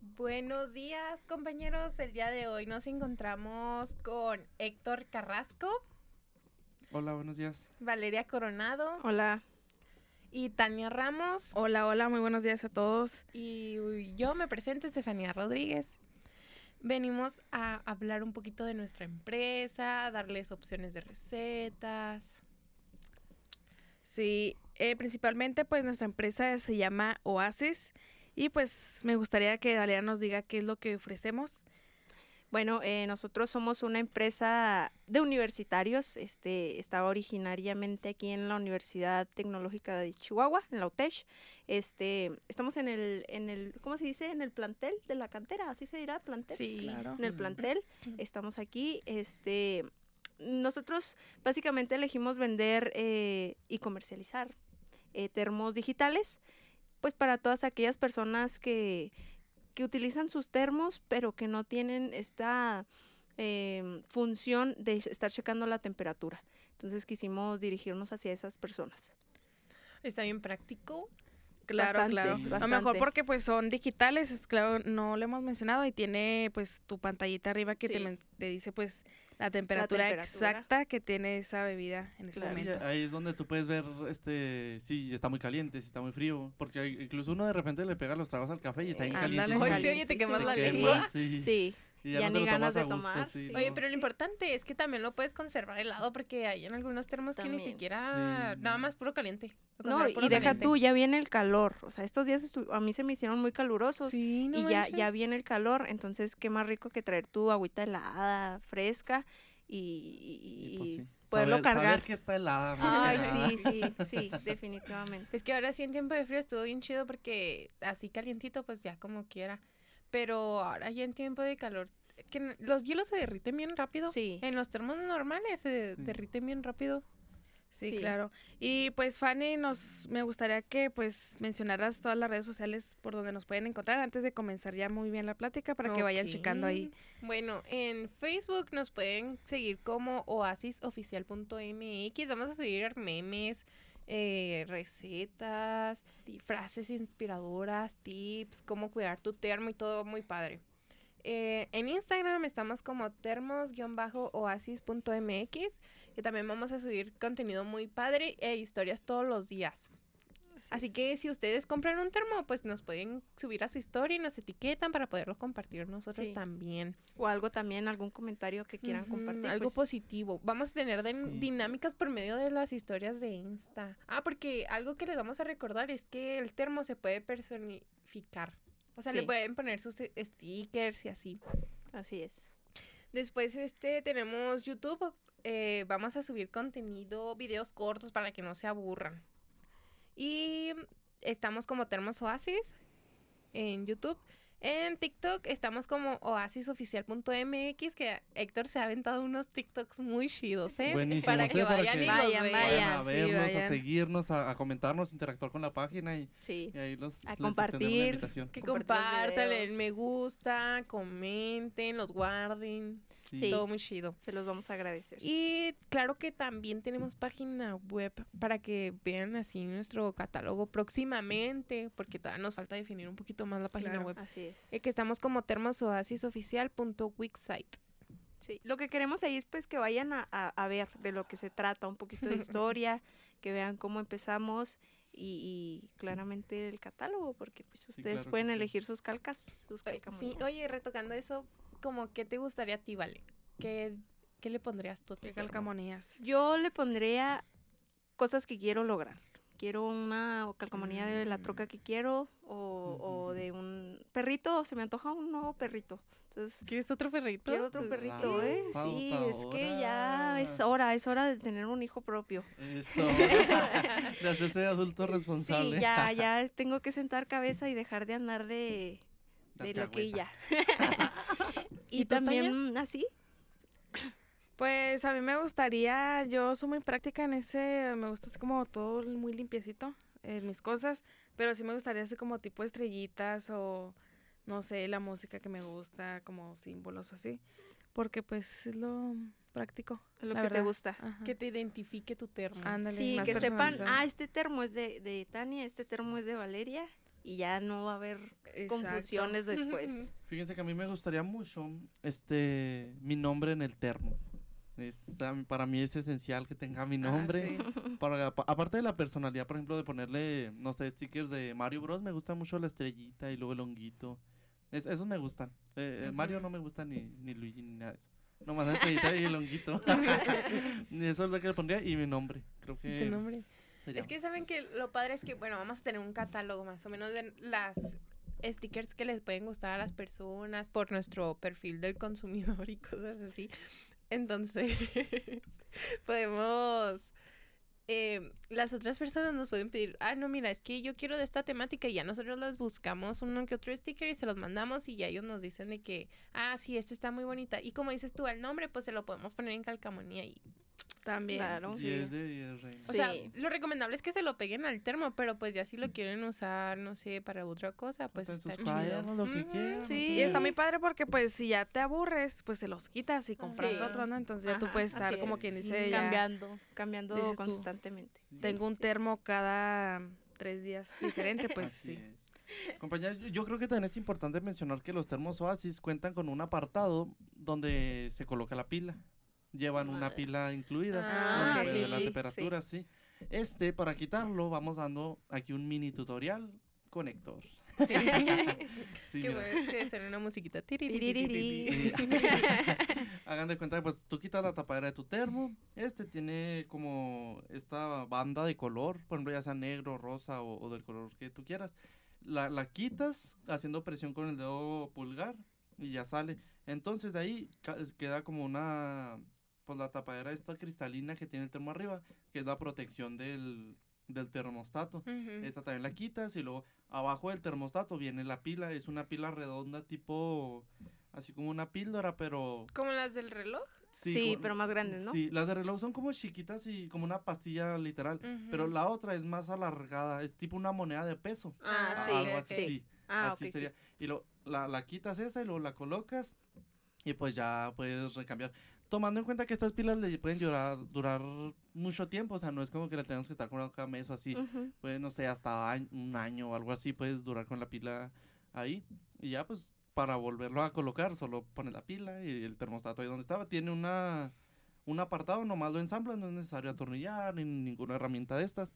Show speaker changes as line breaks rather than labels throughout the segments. Buenos días, compañeros. El día de hoy nos encontramos con Héctor Carrasco,
Hola, buenos días.
Valeria Coronado
Hola.
y Tania Ramos.
Hola, hola, muy buenos días a todos.
Y uy, yo me presento, Estefanía Rodríguez. Venimos a hablar un poquito de nuestra empresa, a darles opciones de recetas.
Sí, eh, principalmente pues nuestra empresa se llama Oasis y pues me gustaría que Valera nos diga qué es lo que ofrecemos.
Bueno, eh, nosotros somos una empresa de universitarios. Este estaba originariamente aquí en la Universidad Tecnológica de Chihuahua, en la UTECH. Este, estamos en el, en el, ¿cómo se dice? En el plantel de la cantera, así se dirá, plantel.
Sí,
Claro.
En el plantel estamos aquí. Este, nosotros básicamente elegimos vender eh, y comercializar eh, termos digitales, pues para todas aquellas personas que, que utilizan sus termos, pero que no tienen esta eh, función de estar checando la temperatura. Entonces quisimos dirigirnos hacia esas personas.
está bien práctico.
Claro,
Bastante,
claro. A lo mejor
bastante.
porque pues son digitales, es claro, no lo hemos mencionado y tiene pues tu pantallita arriba que te,
Sí.
men- te dice pues la temperatura,
temperatura.
exacta que tiene esa bebida en ese
Claro.
Sí,
momento.
ahí es donde tú puedes ver este, si está muy caliente, si está muy frío. Porque hay- incluso uno de repente le pega los tragos al café y está bien
Eh,
caliente.
ándale,
Oye,
Caliente,
sí, oye, te
sí.
quemas
Te
la
quema.
lengua.
sí.
Sí,
Y
ya
no
ni
te lo
ganas
tomas
de
a gusto,
tomar,
sí,
sí.
Oye,
no.
pero lo importante es que también lo puedes conservar helado porque hay en algunos termos que ni
También.
siquiera,
Sí.
nada más puro caliente. Lo
no,
conservas
y
puro
deja
caliente.
tú, ya viene el calor. O sea, estos días estu- a mí se me hicieron muy calurosos.
Sí, no
y ya, ya
manches.
viene el calor, entonces qué más rico que traer tu agüita helada, fresca y,
Y pues sí,
poderlo
saber- saber
cargar.
que está helada. más que
Ay,
nada.
sí, sí, sí, definitivamente.
Es que ahora sí en tiempo de frío estuvo bien chido porque así calientito, pues ya como quiera. Pero ahora ya en tiempo de calor, que n- los hielos se derriten bien rápido.
Sí.
En los termos normales se de-
Sí.
derriten bien rápido.
Sí,
Sí.
claro. Y pues Fanny, nos me gustaría que pues mencionaras todas las redes sociales por donde nos pueden encontrar antes de comenzar ya muy bien la plática para que vayan checando ahí.
Bueno, en Facebook nos pueden seguir como oasisoficial.mx. Vamos a subir memes, eh, recetas, frases inspiradoras, tips, cómo cuidar tu termo y todo muy padre. Eh, en Instagram estamos como termos-oasis.mx y también vamos a subir contenido muy padre e historias todos los días. Así que si ustedes compran un termo, pues nos pueden subir a su historia y nos etiquetan para poderlo compartir nosotros
Sí.
también.
O algo también, algún comentario que quieran
Ujú,
compartir.
Algo
pues,
positivo. Vamos a tener din-
Sí.
dinámicas por medio de las historias de Insta. Ah, porque algo que les vamos a recordar es que el termo se puede personificar. O sea, le
Sí.
pueden poner sus e- stickers y así.
así es.
Después este tenemos YouTube. eh, vamos a subir contenido, videos cortos para que no se aburran. Y estamos como Termos Oasis en YouTube. En TikTok estamos como oasisoficial.mx, que Héctor se ha aventado unos TikToks muy chidos, ¿eh?
Buenísimo,
para
sí,
que
para
vayan
que
y los
vayan,
vean.
Vayan
Vaya,
a
sí,
vernos, a
vayan.
seguirnos, a, a comentarnos, interactuar con la página y,
Sí.
y ahí los les
A
extendemos
compartir.
la invitación.
Que
Compartir los
compartan el
videos.
me gusta, comenten, los guarden.
Sí.
Todo muy chido.
Se los vamos a agradecer.
Y claro que también tenemos página web para que vean así nuestro catálogo próximamente, porque todavía nos falta definir un poquito más la página
Claro.
web.
Así es.
Eh, que estamos como termosoasisoficial.wixsite.
Sí, Lo que queremos ahí es pues que vayan a, a- a ver de lo que se trata, un poquito de historia, que vean cómo empezamos y, y claramente el catálogo, porque pues
Sí,
ustedes
claro que
pueden
sí.
elegir sus calcas, sus
Oye, Pues, Eh, Sí,
calcamonías.
oye, retocando eso, como ¿qué te gustaría a ti, Vale? ¿Qué, qué le pondrías tú? a tu
Qué
termo?
calcamonías.
Yo le pondría cosas que quiero lograr. Quiero una calcomanía de la troca que quiero o, o de un perrito. Se me antoja un nuevo perrito. Entonces,
¿Quieres otro perrito?
quiero otro
La
perrito, ¿eh? Sí,
falta
es que ya es hora, es hora de tener un hijo propio.
Eso. de hacerse adulto responsable.
Sí, ya, ya tengo que sentar cabeza y dejar de andar de, de
Alcahueta.
loquilla. y
¿Y tú, Tania?
también así.
Pues a mí me gustaría, yo soy muy práctica en ese, me gusta así como todo muy limpiecito en mis cosas, pero sí me gustaría así como tipo estrellitas o no sé, la música que me gusta, como símbolos así, porque pues es lo práctico.
Lo
la
que te
verdad.
gusta.
Ajá.
Que te identifique tu termo.
Ándale,
Sí,
más
que sepan,
personalizado.
ah, este termo es de, de Tania, este termo es de Valeria y ya no va a haber ah, confusiones después.
Fíjense que a mí me gustaría mucho este mi nombre en el termo. Es, a mí- para mí es esencial que tenga
Ah,
mi nombre.
Ah,
para, pa- aparte de la personalidad, por ejemplo, de ponerle, no sé, stickers de Mario Bros. Me gusta mucho la estrellita y luego el honguito. Es- esos me gustan. Eh, eh, Mario no me gusta ni, ni Luigi ni nada de eso. Nomás la estrellita y el honguito. Y eso es lo que le pondría y mi nombre. Creo que
¿Tu nombre?
sería
Es que saben que lo padre es que, bueno, vamos a tener un catálogo más o menos de las stickers que les pueden gustar a las personas por nuestro perfil del consumidor y cosas así. Entonces, podemos... eh, las otras personas nos pueden pedir, ah, no, mira, es que yo quiero de esta temática y ya nosotros les buscamos uno que otro sticker y se los mandamos y ya ellos nos dicen de que, ah, sí, este está muy bonita. Y como dices tú, el nombre, pues se lo podemos poner en calcamonía y
También.
Claro.
Sí, es de diez reinas.
o sea,
Sí.
lo recomendable es que se lo peguen al termo, pero pues ya si lo quieren usar, no sé, para otra cosa, pues está
Hasta en sus
chido.
cuadernos, lo que
Ujú.
quieran, o
sí.
sea,
Y está muy padre porque pues si ya te aburres, pues se los quitas y compras
Sí.
otros, ¿no? Entonces ya tú
Ajá,
puedes estar
así
como
es.
quien
Sí.
dice ya,
Cambiando, cambiando
Dices tú.
constantemente.
sí,
Tengo un termo cada tres días diferente, pues
así
sí.
es. Compañera, yo- yo creo que también es importante mencionar que los termos Oasis cuentan con un apartado donde se coloca la pila. Llevan una
Ah.
pila incluida.
Ah,
donde se
sí,
ve la
sí,
temperatura, sí. Este, para quitarlo, vamos dando aquí un mini tutorial conector.
Sí.
Sí,
que
mira.
puede que suene una musiquita. tiriririririri.
Sí. Hagan de cuenta, pues tú quitas la tapadera de tu termo. Este tiene como esta banda de color, por ejemplo, ya sea negro, rosa o, o del color que tú quieras. La, la quitas haciendo presión con el dedo pulgar y ya sale. Entonces de ahí ca- queda como una, pues la tapadera esta cristalina que tiene el termo arriba, que es la protección del, del termostato.
Ujú.
Esta también la quitas y luego abajo del termostato viene la pila. Es una pila redonda tipo, así como una píldora, pero...
Como las del reloj.
Sí,
como-
pero más grandes, ¿no?
Sí, las de reloj son como chiquitas y como una pastilla literal. Pero
Ujú.
la otra es más alargada, es tipo una moneda de peso.
Ah,
a-
sí,
algo
ok.
así.
sí.
Ah,
así
ok, sí.
sería. Y lo, la, la quitas esa y luego la colocas y pues ya puedes recambiar. Tomando en cuenta que estas pilas le pueden durar, durar mucho tiempo, o sea, no es como que la tengas que estar con cada mes o así
Ujú.
pues no sé, hasta añ- un año o algo así puedes durar con la pila ahí. Y ya pues para volverlo a colocar, solo pones la pila y el termostato ahí donde estaba. Tiene una un apartado, nomás lo ensamblas, no es necesario atornillar ni ninguna herramienta de estas.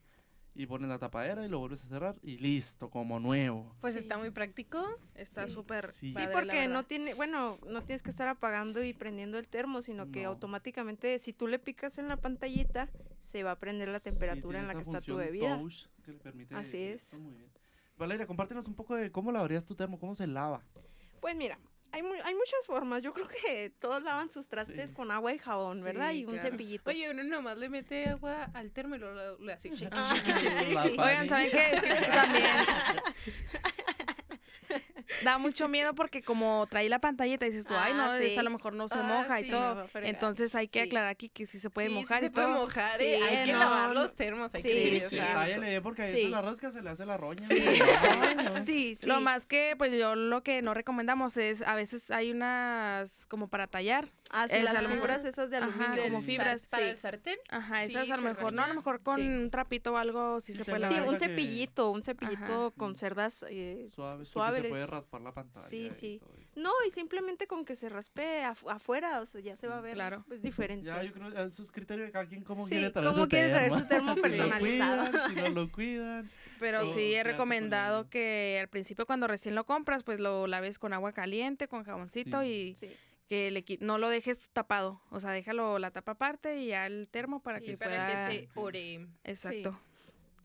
Y pones la tapadera y lo vuelves a cerrar y listo, como nuevo.
Pues
Sí.
está muy práctico.
Está
Sí.
súper
Sí. Sí,
Sí,
padre, la
porque no
verdad.
tiene, bueno, no tienes que estar apagando y prendiendo el termo, sino que
No.
automáticamente si tú le picas en la pantallita, se va a prender la temperatura en la que está tu bebida. Así es.
Valeria, compártenos un poco de cómo lavarías tu termo, cómo se lava.
Pues mira, hay, mu- hay muchas formas. Yo creo que todos lavan sus trastes
Sí.
con agua y jabón, ¿verdad?
Sí,
Y un
claro.
cepillito.
Oye, uno nomás le mete agua al termo y lo, lo- lo hace shake,
Ah,
shake, shake.
La Fanny.
Oigan, ¿saben qué? Es que también da mucho miedo porque como trae la pantallita dices tú, ay no,
Ah, sí.
esta a lo mejor no se
Ah,
moja
sí,
y
no
todo.
va a fregar.
Entonces hay que
Sí.
aclarar aquí que sí se puede
Sí, sí
mojar y
se puede
todo.
mojar, eh.
Sí,
hay que
no,
lavar
no.
los termos, hay
Sí,
que
Sí,
o
sí,
sea,
tállale bien porque ahí
sí.
la rosca se le hace la roña.
Sí,
Ay, no.
sí, sí.
Lo más que, pues yo lo que no recomendamos es, a veces hay unas como para tallar.
Ah, sí,
es
las
a lo mejor-
figuras esas de
ajá,
aluminio.
como
Del
fibras,
sar- para
sí.
el sartén.
Ajá,
Sí,
esas a lo
se
mejor, no, a lo
rayan.
mejor con
Sí.
un trapito o algo sí
Sí,
se
te
puede
la
Sí,
lavar.
verdad
un
que-
cepillito, un cepillito
Ajá.
con cerdas. eh,
Suave, suave.
Suave
Se puede
es-
raspar la pantalla.
sí,
y
sí.
todo eso.
no, y simplemente con que se raspe afu- afuera, o sea, ya se va a ver
Claro.
pues diferente.
Ya, yo creo que eso es criterio de cada quien cómo
Sí,
quiere traer
cómo
su
quiere traer
termo.
su
Si
termo
lo
personalizado.
cuidan, Si no lo cuidan.
Pero
Sí.
sí
¿Qué
he
hace con
recomendado
ello?
que al principio cuando recién lo compras, pues lo laves con agua caliente, con jaboncito
Sí.
Sí.
y que le qui- no lo dejes tapado, o sea, déjalo la tapa aparte y ya el termo para
Sí,
que
para
pueda
que se ore.
Exacto.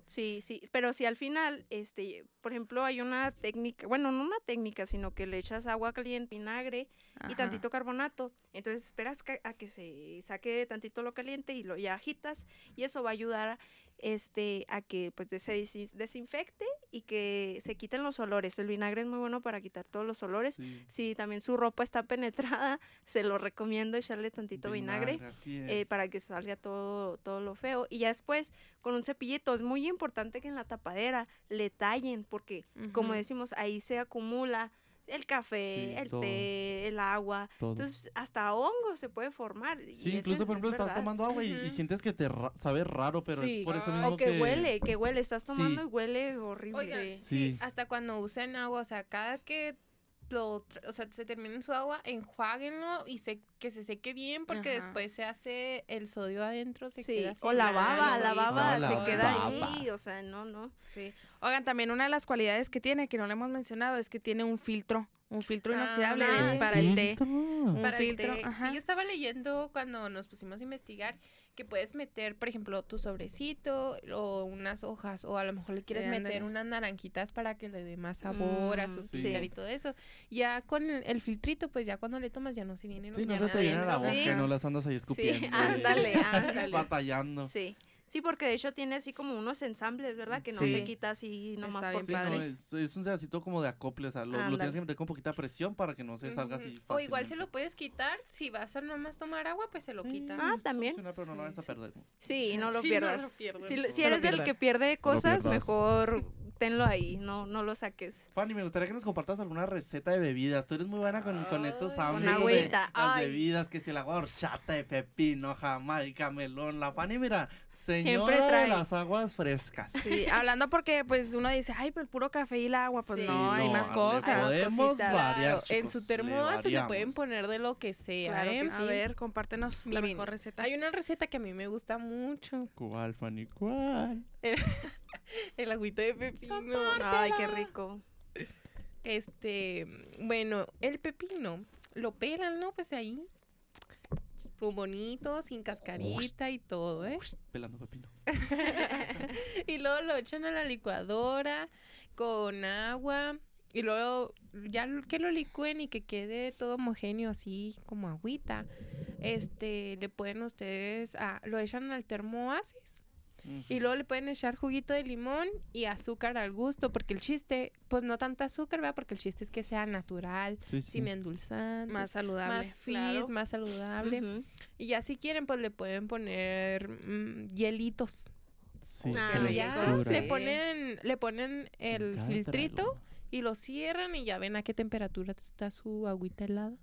Sí, sí, pero si al final, este, por ejemplo, hay una técnica, bueno, no una técnica, sino que le echas agua caliente, vinagre y
Ajá.
tantito carbonato, entonces esperas ca- a que se saque tantito lo caliente y lo ya agitas y eso va a ayudar a, este, a que pues de- se desin- desinfecte y que se quiten los olores. El vinagre es muy bueno para quitar todos los olores.
Sí.
Si también su ropa está penetrada, se lo recomiendo echarle tantito vinagre
así
eh,
es.
para que salga todo, todo lo feo. Y ya después, con un cepillito, es muy importante que en la tapadera le tallen, porque como
Ujú.
decimos, ahí se acumula el café,
Sí,
el
todo.
té, el agua.
Todo.
Entonces, hasta hongo se puede formar. y
sí,
eso
incluso, por
es
ejemplo, estás
verdad.
tomando agua y, y
Ujú.
sientes que te ra- sabe raro, pero
Sí.
es por eso
Ah,
mismo
O que
que...
huele, que huele, estás
Sí.
tomando y huele horrible.
Oigan,
Sí.
sí.
Sí.
hasta cuando usen agua, o sea, cada que lo, tr- o sea, se termine su agua, enjuáguenlo y se, que se seque bien porque
Ajá.
después se hace el sodio adentro, se
Sí,
queda así
o la
blanco
baba, la
y-
baba
Ah, la
se queda
baba.
ahí, o sea, no, no.
Sí. Oigan, también una de las cualidades que tiene, que no le hemos mencionado, es que tiene un filtro, un filtro
Ah,
inoxidable
nice.
para el té.
Siento.
un
Para el
filtro,
té.
ajá.
Sí, yo estaba leyendo cuando nos pusimos a investigar que puedes meter, por ejemplo, tu sobrecito o unas hojas o a lo mejor le quieres
ándale.
meter unas naranjitas para que le dé más sabor a
Mm,
su
sí.
picar y todo eso. Ya con el, el filtrito, pues ya cuando le tomas ya no se viene.
Sí, no
ya
se te llena la
adentro.
boca,
Sí.
y no las andas ahí escupiendo.
Sí,
y
ándale, ándale.
Batallando.
Sí. Sí, porque de hecho tiene así como unos ensambles, ¿verdad? Que no
Sí.
se quita así nomás
Está
por
bien
Pues Sí, no,
padre.
es, es un pedacito como de acople, o sea, lo, lo
Ándale.
tienes que meter con poquita presión para que no se salga así
Ujú. O igual se lo
fácilmente.
puedes quitar. Si vas a nomás tomar agua, pues se lo
Sí,
quitas.
Ah,
es
también.
opcional, pero no lo
Sí,
vas a
sí.
perder.
Sí,
Sí,
no lo
no lo
pierdas.
pierdas.
si, lo- si
No lo
eres del
pierdas.
que pierde cosas,
pierdas.
mejor tenlo ahí, no, no lo saques.
Fanny, me gustaría que nos compartas alguna receta de bebidas. Tú eres muy buena con, con estos
Ay,
sabores.
con
de
agüita,
las
ay.
bebidas, que si el agua de horchata de pepino, jamaica, melón. La Fanny, mira,
Siempre
señora de
trae.
las aguas frescas.
Sí, hablando porque pues uno dice, ay, pero el puro café y el agua, pues
Sí,
no, hay
no,
más
le
cosas.
poder-
Podemos
cositas.
variar,
Claro, en su
chicos,
termo se le pueden
variamos.
poner de lo que sea.
Claro
¿eh?
que
A
sí.
ver, compártenos la
Miren,
mejor receta.
Hay una receta que a mí me gusta mucho.
¿Cuál, Fanny? ¿Cuál?
El agüita de pepino.
Ay, qué rico.
Este, bueno, el pepino lo pelan, ¿no? Pues ahí. Lo bonito, sin cascarita y todo, ¿eh?
Pelando pepino.
Y luego lo echan a la licuadora con agua. Y luego, ya l- que lo licúen y que quede todo homogéneo, así como agüita. Este, le pueden ustedes. ah, lo echan al termoasis. Y luego le pueden echar juguito de limón y azúcar al gusto, porque el chiste, pues no tanta azúcar, ¿verdad? Porque el chiste es que sea natural,
Sí,
sin endulzantes,
Más
más,
saludable.
fit,
claro.
más saludable.
Ujú.
Y ya si quieren, pues le pueden poner mm, hielitos.
Sí,
Ah,
Pero
qué
ya
frescura.
le ponen, le ponen el
Encántalo.
filtrito y lo cierran y ya ven a qué temperatura está su agüita helada.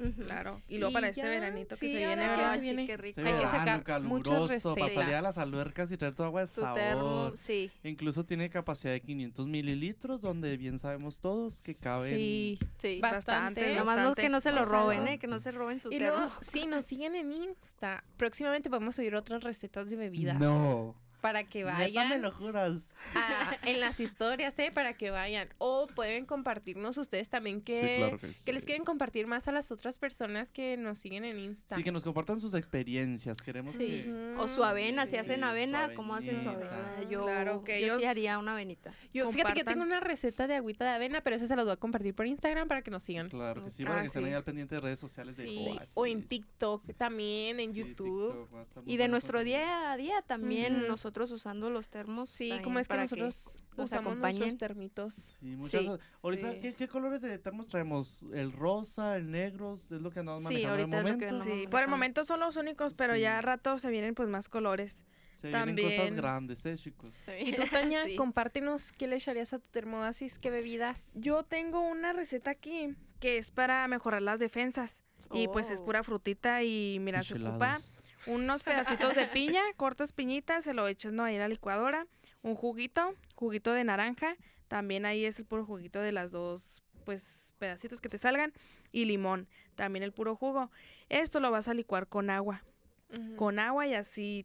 Ujú.
Claro. Y luego para este
ya,
veranito que
sí,
se
ahora
viene,
que
¿verdad?
Ay, sí,
viene.
qué
Este
rico.
Hay que
verano
sacar muchas
caluroso,
recetas.
pasaría a las albercas y traer tu agua de
Tu
sabor.
termo, sí.
Incluso tiene capacidad de 500 mililitros, donde bien sabemos todos que caben.
Sí.
Sí.
Va-
Bastante.
Bastante.
Nomás no, que no se lo
Bastante.
roben, ¿eh? Que no se roben su
Y
termo.
luego, si nos siguen en Insta, próximamente vamos a subir otras recetas de bebidas.
No.
Para que
Neta,
vayan
me lo juras.
a- en las historias, ¿eh? Para que vayan. O pueden compartirnos ustedes también que,
que
que les quieren compartir más a las otras personas que nos siguen en Insta.
Sí, que nos compartan sus experiencias. Queremos
Sí.
que.
Ujú.
O su avena, si hacen
Sí,
avena,
su
¿cómo hacen su
avenita.
avena? Yo,
Claro, que
yo sí
ellos-
haría una avenita.
Yo, fíjate que
compartan.
tengo una receta de agüita de avena, pero esa se las voy a compartir por Instagram para que nos sigan.
Claro que sí,
Ah,
para que estén
sí.
ahí al pendiente de redes sociales de
Sí,
Goa,
O
así
en
es.
TikTok también, en
Sí,
YouTube.
TikTok, va a estar muy
Y de
bueno
nuestro
contenido.
día a día también,
Ujú.
nosotros usando los termos.
Sí,
también
como es que
para
nosotros
nos
usamos
acompañen.
nuestros termitos.
Sí, muchas.
Sí.
Ahorita,
Sí.
¿qué, qué colores de termos traemos? ¿El rosa, el negro? Es lo que andamos
Sí,
manejando en el
ahorita es lo que
momento.
andamos.
Sí,
Ajá.
por el momento son los únicos, pero
Sí.
ya a rato se vienen pues más colores.
Se vienen cosas
También.
grandes, ¿eh, chicos?
Sí.
Y tú, Tania,
Sí.
compártenos qué le echarías a tu termoasis, qué bebidas.
Yo tengo una receta aquí que es para mejorar las defensas. Y pues es
Oh.
pura frutita y mira, se ocupa
Enchiladas.
unos pedacitos de piña, cortas piñitas, se lo echas no, ahí a la licuadora, un juguito, juguito de naranja, también ahí es el puro juguito de las dos pues pedacitos que te salgan y limón, también el puro jugo. Esto lo vas a licuar con agua, con agua y así,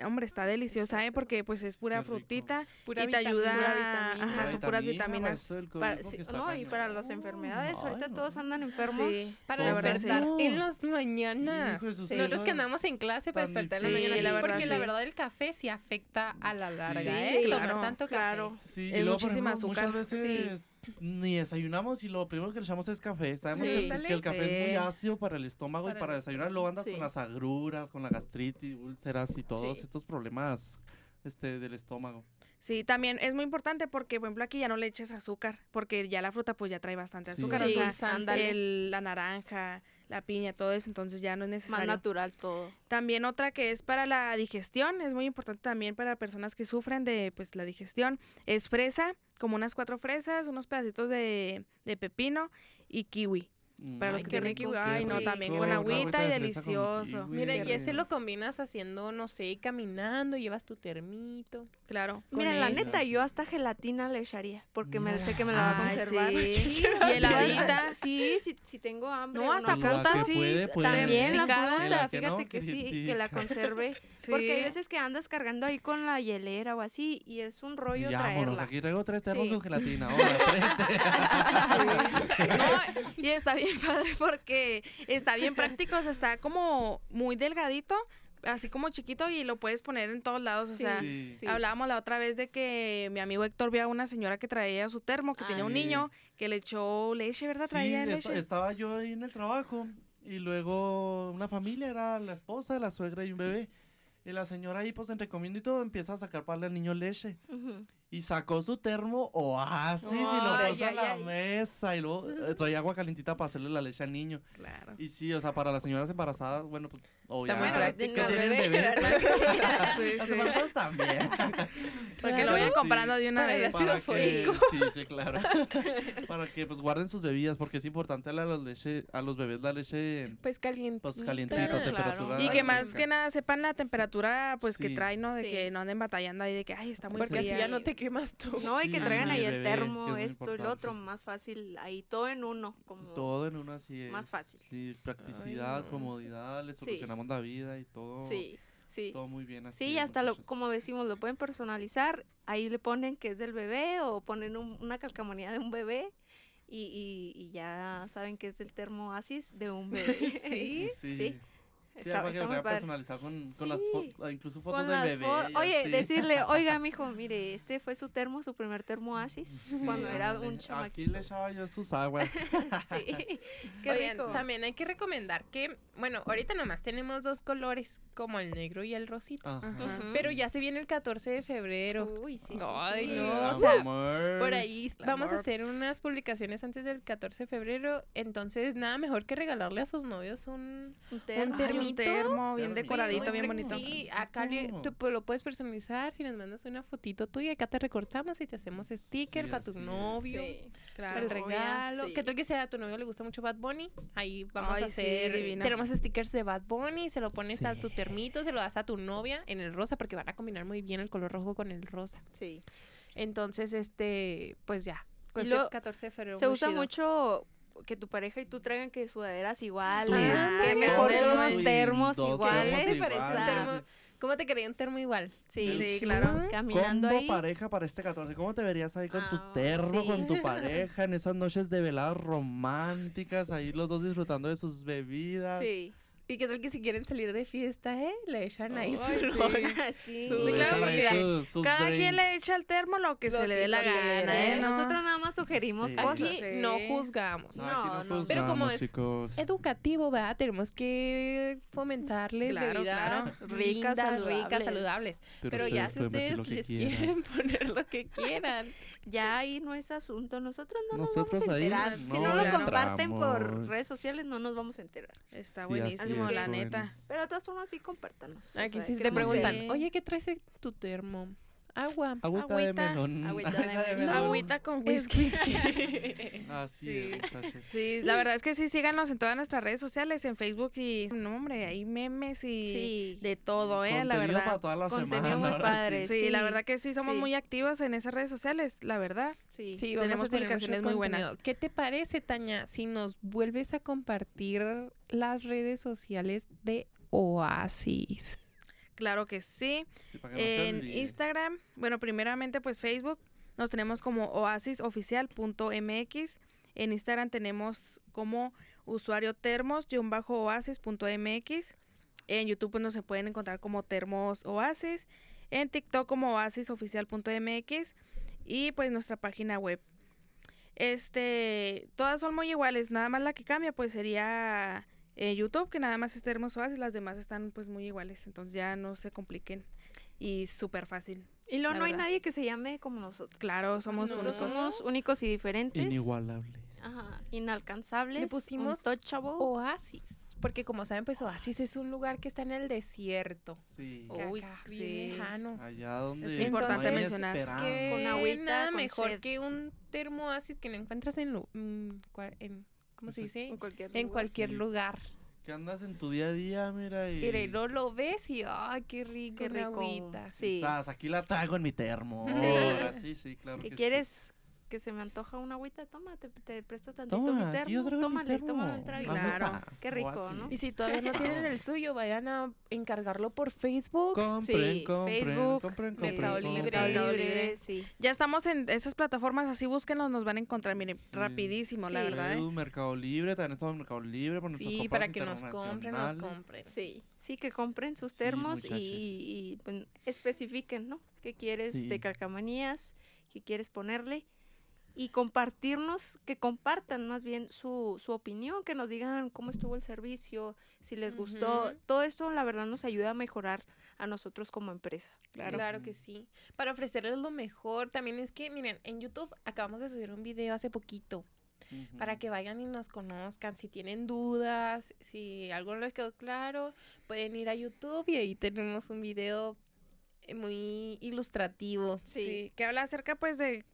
hombre, está deliciosa, ¿eh? Porque pues es pura
Qué rico.
fruta
Pura
y te ayuda
vitamina,
a-
pura
ajá,
La
son puras
vitamina,
vitaminas.
maestro, el
Para-
COVID,
sí,
que está
no, y
cañón.
para las enfermedades,
Ay,
ahorita
no.
todos andan
pues,
enfermos.
Sí,
Para
La
la verdad,
despertar
sí.
en las mañanas.
Hijo de sus
Nosotros que
hijos,
andamos en clase para
tan
despertar en las mañanas.
difícil. Sí, la verdad,
porque la
sí.
verdad el café sí afecta a la larga,
Sí,
¿eh?
claro,
Tomar tanto café.
Claro.
Sí,
Es
y luego, por
muchísima
ejemplo,
azúcar,
muchas veces ni desayunamos y lo primero que le echamos es café. Sabemos
Sí.
que, el- que el café es muy
Sí.
ácido para el estómago
Para
y
el
para desayunar lo andas
Sí.
con las agruras, con la gastritis, úlceras y todos
Sí.
estos problemas este, del estómago.
Sí, también es muy importante porque, por ejemplo, aquí ya no le eches azúcar, porque ya la fruta pues ya trae bastante
Sí.
azúcar, o
Sí,
sea,
ándale.
el- la naranja, la piña, todo eso, entonces ya no es
Más
necesario.
natural todo.
también otra que es para la digestión, es muy importante también para personas que sufren de pues la digestión, es fresa como unas cuatro fresas, unos pedacitos de, de pepino y kiwi.
Mm.
Para los
Ay, qué
que tienen
rico,
kiwi,
qué
ay no,
rico.
también con
Una
agüita y
de fresa con
delicioso.
kiwi,
Mira,
qué
y este
rico.
lo combinas haciendo, no sé, caminando, llevas tu termito.
Claro.
Mira,
con
la
eso.
neta, yo hasta gelatina le echaría, porque me, sé que me la va a
Ay,
conservar.
sí.
Yo
Y heladita.
Sí, si, si tengo hambre.
No,
o
hasta
La
fruta,
que
sí.
puede, puede.
También la
Picada.
fruta,
La que
fíjate
Pues, no,
que sí, que
critica.
la conserve.
Sí.
Porque hay veces que andas cargando ahí con la hielera o así, y es un rollo
ya, vámonos,
traerla.
aquí traigo tres termos
Sí.
con gelatina. Ahora,
No, y está bien padre porque está bien práctico, o sea, está como muy delgadito, así como chiquito y lo puedes poner en todos lados, o
Sí.
sea,
Sí.
Sí.
Hablábamos la otra vez de que mi amigo Héctor vio a una señora que traía su termo, que
Ah,
tenía un
sí.
niño, que le echó leche, ¿verdad?
Sí,
Traía
esta-
leche.
estaba yo ahí en el trabajo y luego una familia, era la esposa, la suegra y un bebé. Y la señora ahí, pues entre comiendo y todo, empieza a sacar para darle al niño leche.
Ujú.
Y sacó su termo oasis y lo
Ay,
puso
ay,
en la
ay.
mesa. Y luego eh, traía agua calentita para hacerle la leche al niño.
Claro.
Y sí, o sea, para las señoras embarazadas, bueno, pues, o
Está
ya-
muy
que
práctico,
tienen
bebé,
bebés,
¿verdad?
Sí,
Las
sí.
embarazadas también.
Para que
Claro.
lo vayan
Sí.
comprando de una
Para
vez.
las- ácido
Para que,
fólico.
sí, sí, claro. Para que pues guarden sus bebidas, porque es importante a los, leche, a los bebés la leche
Pues calientita.
pues calientita,
claro.
temperatura.
Y que
alta.
más que nada sepan la temperatura pues que
Sí.
trae, ¿no? De
Sí.
que no anden batallando ahí de que, ay, está muy
Porque así
fría.
ya no te quemas tú.
No, y que
Sí,
traigan ahí el
bebé, que es
termo,
muy
esto y lo
importante.
otro, más fácil, ahí todo en uno, como
Todo en una así
Oh. Más
es.
fácil.
Sí, practicidad,
no.
comodidad, le
Sí.
solucionamos la vida y todo.
Sí, sí.
Todo muy bien así.
Sí, y
es,
hasta lo,
muchachas.
como decimos, lo pueden personalizar. Ahí le ponen que es del bebé o ponen un- una calcamonía de un bebé y, y- y ya saben que es del termo oasis de un bebé.
Sí.
sí,
Sí.
sí.
Sí,
Está,
además que
está
lo
muy
puedan
padre.
personalizar con, con las
Sí.
fotos, incluso fotos
Con
del
las
bebé.
fo-
y
Oye,
así.
decirle, oiga, mijo, mire, este fue su termo, su primer termo oasis,
Sí,
cuando era
ándale.
un
Aquí le
chamaquito.
echaba yo sus aguas.
sí, qué
Oigan,
rico.
también hay que recomendar que, bueno, ahorita nomás tenemos dos colores, como el negro y el rosita.
Ajá.
Ujú.
Pero ya se viene el 14 de febrero.
Uy, sí, sí,
Ay,
sí.
no,
El
o sea,
amor.
Por ahí
la
vamos a
Marx.
hacer unas publicaciones antes del 14 de febrero. Entonces, nada mejor que regalarle a sus novios un.
Un termo.
Ay, un
termito.
termo bien
Termito.
decoradito,
Oye,
bien
hombre,
bonito.
Sí, acá le-
Ujú.
tú pu- lo puedes personalizar. Si nos mandas una fotito tuya, acá te recortamos y te hacemos sticker
Sí,
para tu
así es.
novio.
Sí.
para El
Claro.
re- Novia,
regalo.
sí.
¿Qué tal que sea a tu novio le gusta mucho Bad Bunny? Ahí vamos
Ay,
a
sí,
hacer.
divino.
tenemos stickers de Bad Bunny, se lo pones a tu
Sí.
termito, se lo das a tu novia en el rosa porque van a combinar muy bien el color rojo con el rosa.
Sí.
Entonces, este, pues ya. Pues
luego,
el 14 de febrero.
Se
muy
usa
chido.
chido.
mucho que tu pareja y tú traigan que sudaderas iguales,
Tú
Ah,
que
sí,
mejor
ándale.
unos
Uy,
termos
dos
iguales.
termos iguales.
o sea,
Termo- ¿Cómo te quería un termo igual?
sí,
Sí,
Chido.
claro.
caminando
Combo
ahí.
pareja para este 14. ¿Cómo te verías ahí con
Ah,
tu termo, con tu
sí.
pareja, en esas noches de veladas románticas, ahí los dos disfrutando de sus bebidas?
Sí.
¿Y qué tal que si quieren salir de fiesta, eh? Le echan ahí su
Ay, sí.
rollo.
Sí.
Sus
Sí,
bebidas,
claro,
ahí
porque
sus- sus
Cada quien le
drinks.
echa al termo lo que
Lo
se le
que
dé la
se le
gana,
dé.
¿eh? ¿No?
Nosotros nada más sugerimos
Sí.
cosas.
Aquí
Sí.
no juzgamos.
Ah,
No, aquí no,
No, no.
juzgamos,
Pero como es-
chicos.
Educativo, ¿verdad? Tenemos que fomentarles
Claro,
bebidas
claro.
ricas,
Ricas,
ricas,
saludables.
saludables. Pero, ya si
pueden
ustedes
meter lo que
les
quieran.
quieren poner lo que quieran.
Ya ahí no es asunto. Nosotros no
Nosotros
nos vamos a
ahí
enterar. si
no
no lo
entramos.
comparten por redes sociales, no nos vamos a enterar.
Sí,
Está
así
buenísimo,
es,
la
jóvenes.
neta.
Pero de todas formas sí compártanos. o
Aquí
sea,
sí te
queremos
preguntan,
ver.
oye, ¿qué traes en tu termo? Agua.
Agüita de
Agüita,
melón.
agüita de melón.
No.
Agüita con
Es
whisky.
whisky.
Así
Sí.
es, muchachos.
Sí, la verdad es que sí, síganos en todas nuestras redes sociales, en Facebook y... No, hombre, hay memes y
Sí.
de todo, ¿eh? La
Contenido
verdad.
para toda la
Contenido
semana.
muy
ahora sí.
padre.
Sí,
Sí,
la verdad que sí, somos
sí.
muy activos en esas redes sociales, la verdad.
Sí.
Sí, vamos a tener
Tenemos
mucho
publicaciones muy buenas.
contenido. ¿Qué te parece, Tania, si nos vuelves a compartir las redes sociales de Oasis?
Claro que sí.
Sí, para que no se
En
olvide.
Instagram, bueno, primeramente pues Facebook, nos tenemos como oasisoficial.mx. En Instagram tenemos como usuario termos-oasis.mx. En YouTube pues, nos se pueden encontrar como termos oasis. En TikTok como oasisoficial.mx. Y pues nuestra página web. Este, todas son muy iguales, nada más la que cambia pues sería eh, YouTube, que nada más es Termos Oasis, las demás están pues muy iguales, entonces ya no se compliquen y súper fácil.
Y luego
la
no hay
verdad.
nadie que se llame como nosotros.
Claro, somos
No.
únicos.
Somos únicos y diferentes.
Inigualables.
Ajá, inalcanzables.
Le pusimos
untouchable.
Oasis. Porque como saben, pues Oasis es un lugar que está en el desierto.
Sí.
que
Uy,
acá,
sí.
bien lejano.
Allá donde
Es
no
Oh. importante
hay
mencionar
esperanza.
Que
Ah, Con agüita,
nada
con
mejor
sed.
que un termo Oasis que no encuentras en, lu- mm, cua- en ¿cómo se
Sí.
dice?
en cualquier
En
lugar.
cualquier
Sí.
lugar.
Que andas en tu día a día, mira, y...
Mira, y luego lo ves y ¡ay, qué rico!
Qué
una
rico.
agüita.
Sí.
Sas, aquí la traigo en mi termo.
Sí.
Ahora, Sí, sí, claro.
¿Y
que sí.
quieres que se me antoja una agüita? Toma, te, te presto tantito
Toma,
mi
aquí
termo.
yo traigo mi
Tómale,
termo.
tómale un trago.
Ándale. Claro.
Ándale,
Qué rico, ¿no?
Y si todavía no tienen el suyo, vayan a encargarlo por Facebook.
Compren,
Sí,
compren,
Facebook,
compren, compren,
Mercado
compren.
Libre.
Mercado
Libre.
Libre, sí.
Ya estamos en esas plataformas, así búsquenos, nos van a encontrar, miren,
Sí.
rapidísimo, la
Sí.
verdad. ¿eh?
Facebook, Mercado Libre, también estamos en Mercado Libre por nuestras
Sí,
compras
para que nos compren, nos
internacionales.
compren.
Sí, sí, que compren sus
Sí,
termos y,
muchachos.
y, pues, especifiquen, ¿no? ¿Qué quieres
Sí.
de calcamanías? ¿Qué quieres ponerle? Y compartirnos, que compartan más bien su, su opinión, que nos digan cómo estuvo el servicio, si les gustó.
Ujú.
Todo esto, la verdad, nos ayuda a mejorar a nosotros como empresa.
Claro. que sí. Para ofrecerles lo mejor, también es que, miren, en YouTube acabamos de subir un video hace poquito
Ujú.
para que vayan y nos conozcan. Si tienen dudas, si algo no les quedó claro, pueden ir a YouTube y ahí tenemos un video eh, muy ilustrativo.
Sí. que habla acerca pues de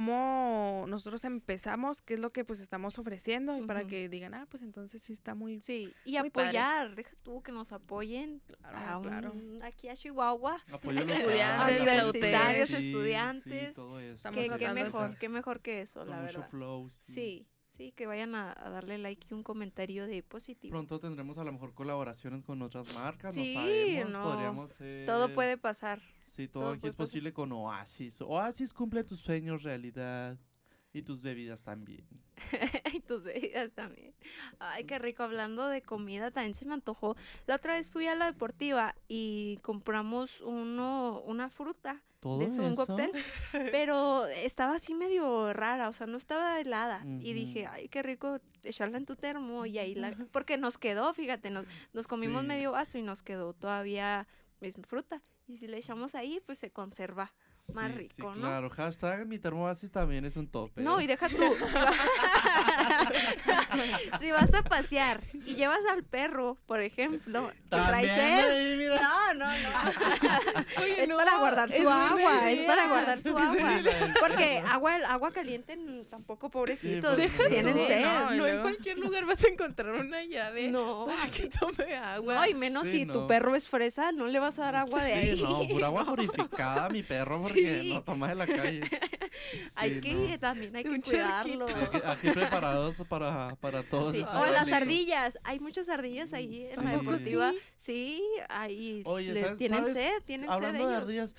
cómo nosotros empezamos, qué es lo que pues estamos ofreciendo y para
Ujú.
que digan, ah, pues entonces sí está muy...
Sí, y
Muy padre.
apoyar, deja tú que nos apoyen a
Claro, claro.
un- aquí a Chihuahua,
Apoyo local,
estudiantes
de la
universitarios,
sí, sí,
estudiantes,
todo eso.
Estamos
que, qué
tratando de
mejor,
ser
qué mejor que eso,
Con
la
mucho
verdad.
flow, sí.
Sí, sí, que vayan a, a darle like y un comentario de positivo.
Pronto tendremos a lo mejor colaboraciones con otras marcas,
Sí,
no sabemos,
no.
podríamos
Todo
ser-
puede pasar.
Sí, todo,
todo
aquí
puede
es posible con Oasis. Oasis cumple tus sueños realidad y tus bebidas también.
y tus bebidas también. Ay, qué rico. Hablando de comida, también se me antojó. La otra vez fui a la deportiva y compramos uno, una fruta
Todo
de un
Oh, eso.
cóctel, pero estaba así medio rara, o sea, no estaba helada. Y
Ujú.
dije, ay, qué rico echarla en tu termo. Y ahí la. Porque nos quedó, fíjate, nos, nos comimos
Sí.
medio vaso y nos quedó todavía misma fruta. Y si le echamos ahí, pues se conserva.
Sí,
más
sí,
rico, ¿no?
Claro, hashtag mi termo Oasis también es un tope.
No,
¿eh?
y deja tú. Si, va- si vas a pasear y llevas al perro, por ejemplo, que traes
También
él.
ahí, mira.
No, no, no. es
no,
para guardar
es
su
buena
agua, es para
idea.
guardar su
Sí,
agua.
la-
Porque agua, el agua caliente mm, tampoco, pobrecitos,
pues, no.
tienen
Sí,
sed.
no,
No,
y
No en
luego-
cualquier lugar vas a encontrar una llave
No.
para que tome agua.
y menos
Sí,
si
no.
tu perro es fresa, no le vas a dar agua de
Sí,
ahí.
no, pura agua purificada, mi perro, porque
Sí.
no toma de la calle.
Hay
Sí,
que
no.
también hay
De
que
un
cuidarlo.
charquito.
Aquí, aquí preparados para, para todos.
Sí,
estos
O las
delitos.
ardillas. Hay muchas ardillas ahí en la
Sí.
deportiva. Sí, ahí
Oye,
le-
¿sabes-
tienen
sabes?
sed, tienen
Hablando
sed
de
ellos.
ardillas,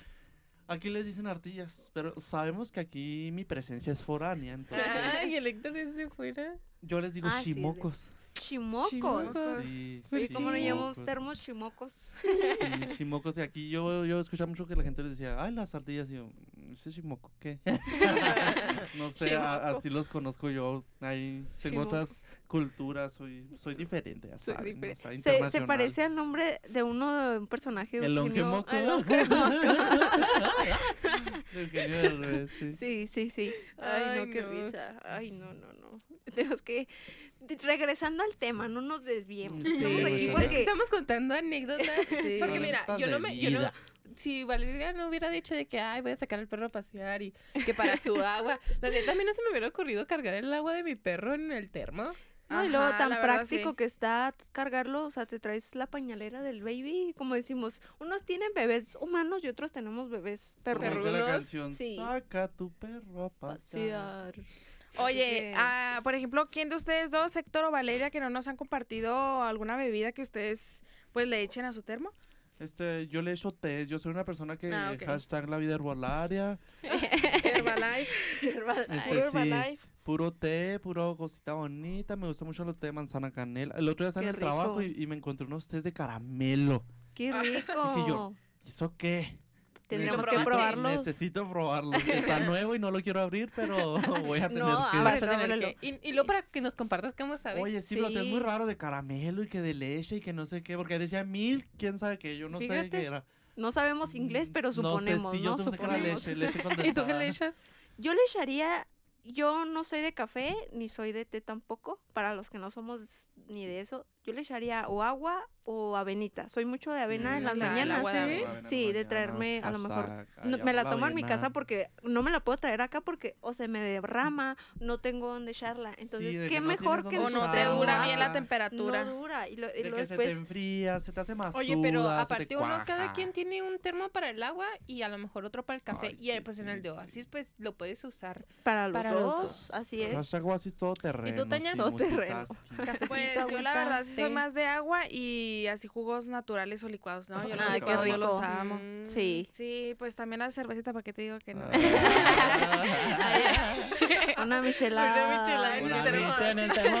aquí les dicen ardillas, pero sabemos que aquí mi presencia es foránea, entonces
Ay, el Héctor ese fuera.
yo les digo
Ah, sí, de-
chimocos.
Chimocos.
Chimocos.
Sí,
Oye, ¿Cómo no llamamos
chimocos.
termos chimocos?
Sí, chimocos. Y aquí yo, yo escuchaba mucho que la gente les decía, ay, las ardillas. Y yo, "Mm, ¿ese chimoco qué? no sé, a- así los conozco yo. Ahí tengo
Chimoco.
otras culturas, soy, soy diferente, ya
Soy
saben,
diferente.
o sea,
Se, se
internacional.
parece al nombre de uno, de un personaje. de
El
Eugenio-
longemoco.
Ay, no.
Eugenio Derbez, sí.
Sí, sí, sí. Ay, no,
Ay,
qué
no.
risa. Ay, no, no, no. Tenemos que... de- Regresando al tema, no nos desviemos.
Sí,
Estamos aquí
muchachas.
Es que
porque...
estamos contando anécdotas. Porque mira,
Anécdotas
yo
de
no me. Yo no,
vida.
si Valeria no hubiera dicho de que, ay, voy a sacar al perro a pasear y que para su agua. La neta, a mí no se me hubiera ocurrido cargar el agua de mi perro en el termo.
No, y luego
Ajá,
tan
la verdad, sí.
práctico que está cargarlo, o sea, te traes la pañalera del baby, como decimos, unos tienen bebés humanos y otros tenemos bebés
Como dice
perros.
la
perrudos,
canción,
sí. ah,
saca tu perro a pasear.
Pasear.
Oye,
que-
ah, por ejemplo, ¿quién de ustedes dos, Héctor o Valeria, que no nos han compartido alguna bebida que ustedes pues le echen a su termo?
Este, yo le echo test, yo soy una persona que
Ah, ok.
hashtag la vida herbolaria,
Herbalife.
Este, sí. puro té, puro cosita bonita, me gusta mucho los té de manzana canela. El otro día estaba en
Qué
el trabajo y,
rico.
y me encontré unos tés de caramelo.
Qué
Ah.
Dije
rico.
yo, ¿y eso qué?
Tendríamos
Necesito-
que probarlo.
Necesito probarlo. Está nuevo y no lo quiero abrir, pero voy a tener
No,
que...
abre.
Vas a
no,
tener
ábrelo.
que- y, y luego para que nos compartas cómo sabe.
Oye, sí, pero es muy
Sí.
raro de caramelo y que de leche y que no sé qué, porque decía mil, quién sabe qué, yo no sé
Fíjate.
qué era. Mm,
No sabemos inglés, pero
No sé,
suponemos, ¿no?
sí, yo supuse que era
Suponemos.
leche, leche
¿Y tú
condensada.
qué le echas?
Yo le echaría yo no soy de café, ni soy de té tampoco. Para los que no somos ni de eso, yo le echaría o agua o avenita. Soy mucho de avena en las
la- el
mañanas.
agua de
¿sí?
avena.
Sí, de traerme a lo mejor. No, me la tomo en mi casa porque no me la puedo traer acá porque o se me derrama, no tengo dónde echarla. Entonces,
de que
qué
no
mejor
tienes
que
O
dónde
no te
Ah,
dura bien la
no
temperatura.
No dura. Y, lo, y
De
luego
que se te
después.
enfría, se te hace más
Oye, pero aparte uno, cada quien tiene un termo para el agua y a lo mejor otro para el café.
Ay,
y eh,
sí,
pues en el
sí,
de
sí.
Oasis, pues lo puedes usar.
Para los,
Para los
dos,
dos.
así es.
Las aguas es todo terreno.
Tania?
sí,
Todo terreno.
multitasking.
Pues
Cafecito,
yo la
agüita,
verdad sí soy
té.
más de agua y así jugos naturales o licuados, ¿no? Yo los
Ay, qué
licuados yo
Ah, rico.
los amo.
Mm.
Sí.
Sí, pues también la cervecita, ¿para qué te digo que no?
Ah.
Una michelada.
Una michelada en el
Una
termo.
micha en el termo.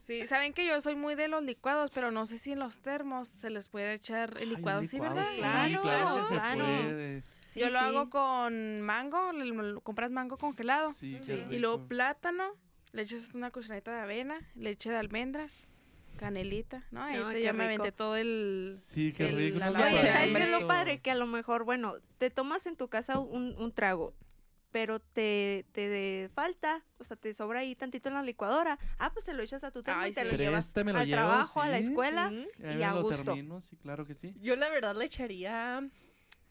Sí, saben que yo soy muy de los licuados, pero no sé si en los termos se les puede echar
Ay, un
licuado, sí,
licuado,
¿verdad?
sí,
Claro,
claro que se
claro.
puede.
Sí,
yo lo
sí.
hago con mango, le- lo- compras mango congelado
Sí,
Sí.
qué
y luego
rico.
plátano, le echas una cucharadita de avena, leche de almendras, canelita, ¿no? Ahí
No,
te-
qué
ya me
rico.
aventé todo el...
Sí, qué
el-
rico.
la
unos
Oye,
Las
¿sabes qué es
palomitas.
lo padre?
palomitos.
Que a lo mejor, bueno, te tomas en tu casa un, un trago, pero te, te de- falta, o sea, te sobra ahí tantito en la licuadora. Ah, pues te lo echas a tu termo
Ay,
y te
sí.
lo llevas
Este me lo
al
llevo,
trabajo, a la
sí,
escuela.
Mm.
Ahí
y
me
a
lo
gusto.
termino, sí, claro que sí.
Yo la verdad le echaría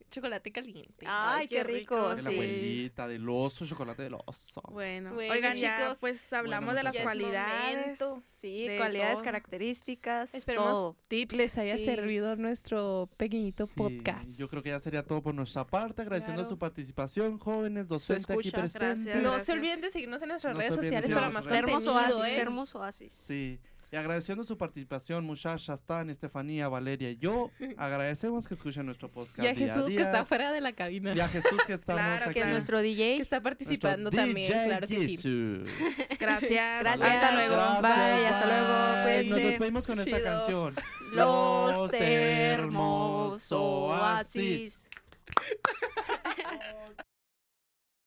chocolate caliente.
Ay, qué rico,
De la
sí.
abuelita, del oso, chocolate del oso.
Bueno,
Bueno,
oigan, ya
chicos,
pues hablamos de
muchas
las
Ya es
cualidades,
momento.
Sí,
De
cualidades,
todo.
características,
Esperemos
todo.
tips.
Les haya
Sí.
servido nuestro pequeñito
Sí,
podcast.
Yo creo que ya sería todo por nuestra parte, agradeciendo
Claro.
su participación, jóvenes, docente aquí
escucha,
presente.
gracias.
No se
Gracias.
olviden de seguirnos en nuestras
No se
redes
olviden de
sociales para
seguirnos
más
en nuestras
contenido.
redes
Hermoso oasis,
¿eh?
hermoso oasis.
Sí. Y agradeciendo su participación, muchachas, Tan, Estefanía, Valeria y yo. Agradecemos que escuchen nuestro podcast.
Y a
día
Jesús que
día.
está fuera de la cabina.
Y a Jesús que está
Claro,
aquí.
Que nuestro
Que
DJ,
está participando
nuestro
también,
DJ
claro que sí.
Jesús.
Gracias.
Gracias.
Hasta luego.
Gracias,
Bye, hasta luego,
bye.
cuídense.
Nos despedimos con esta
Chido.
canción.
los termos oasis.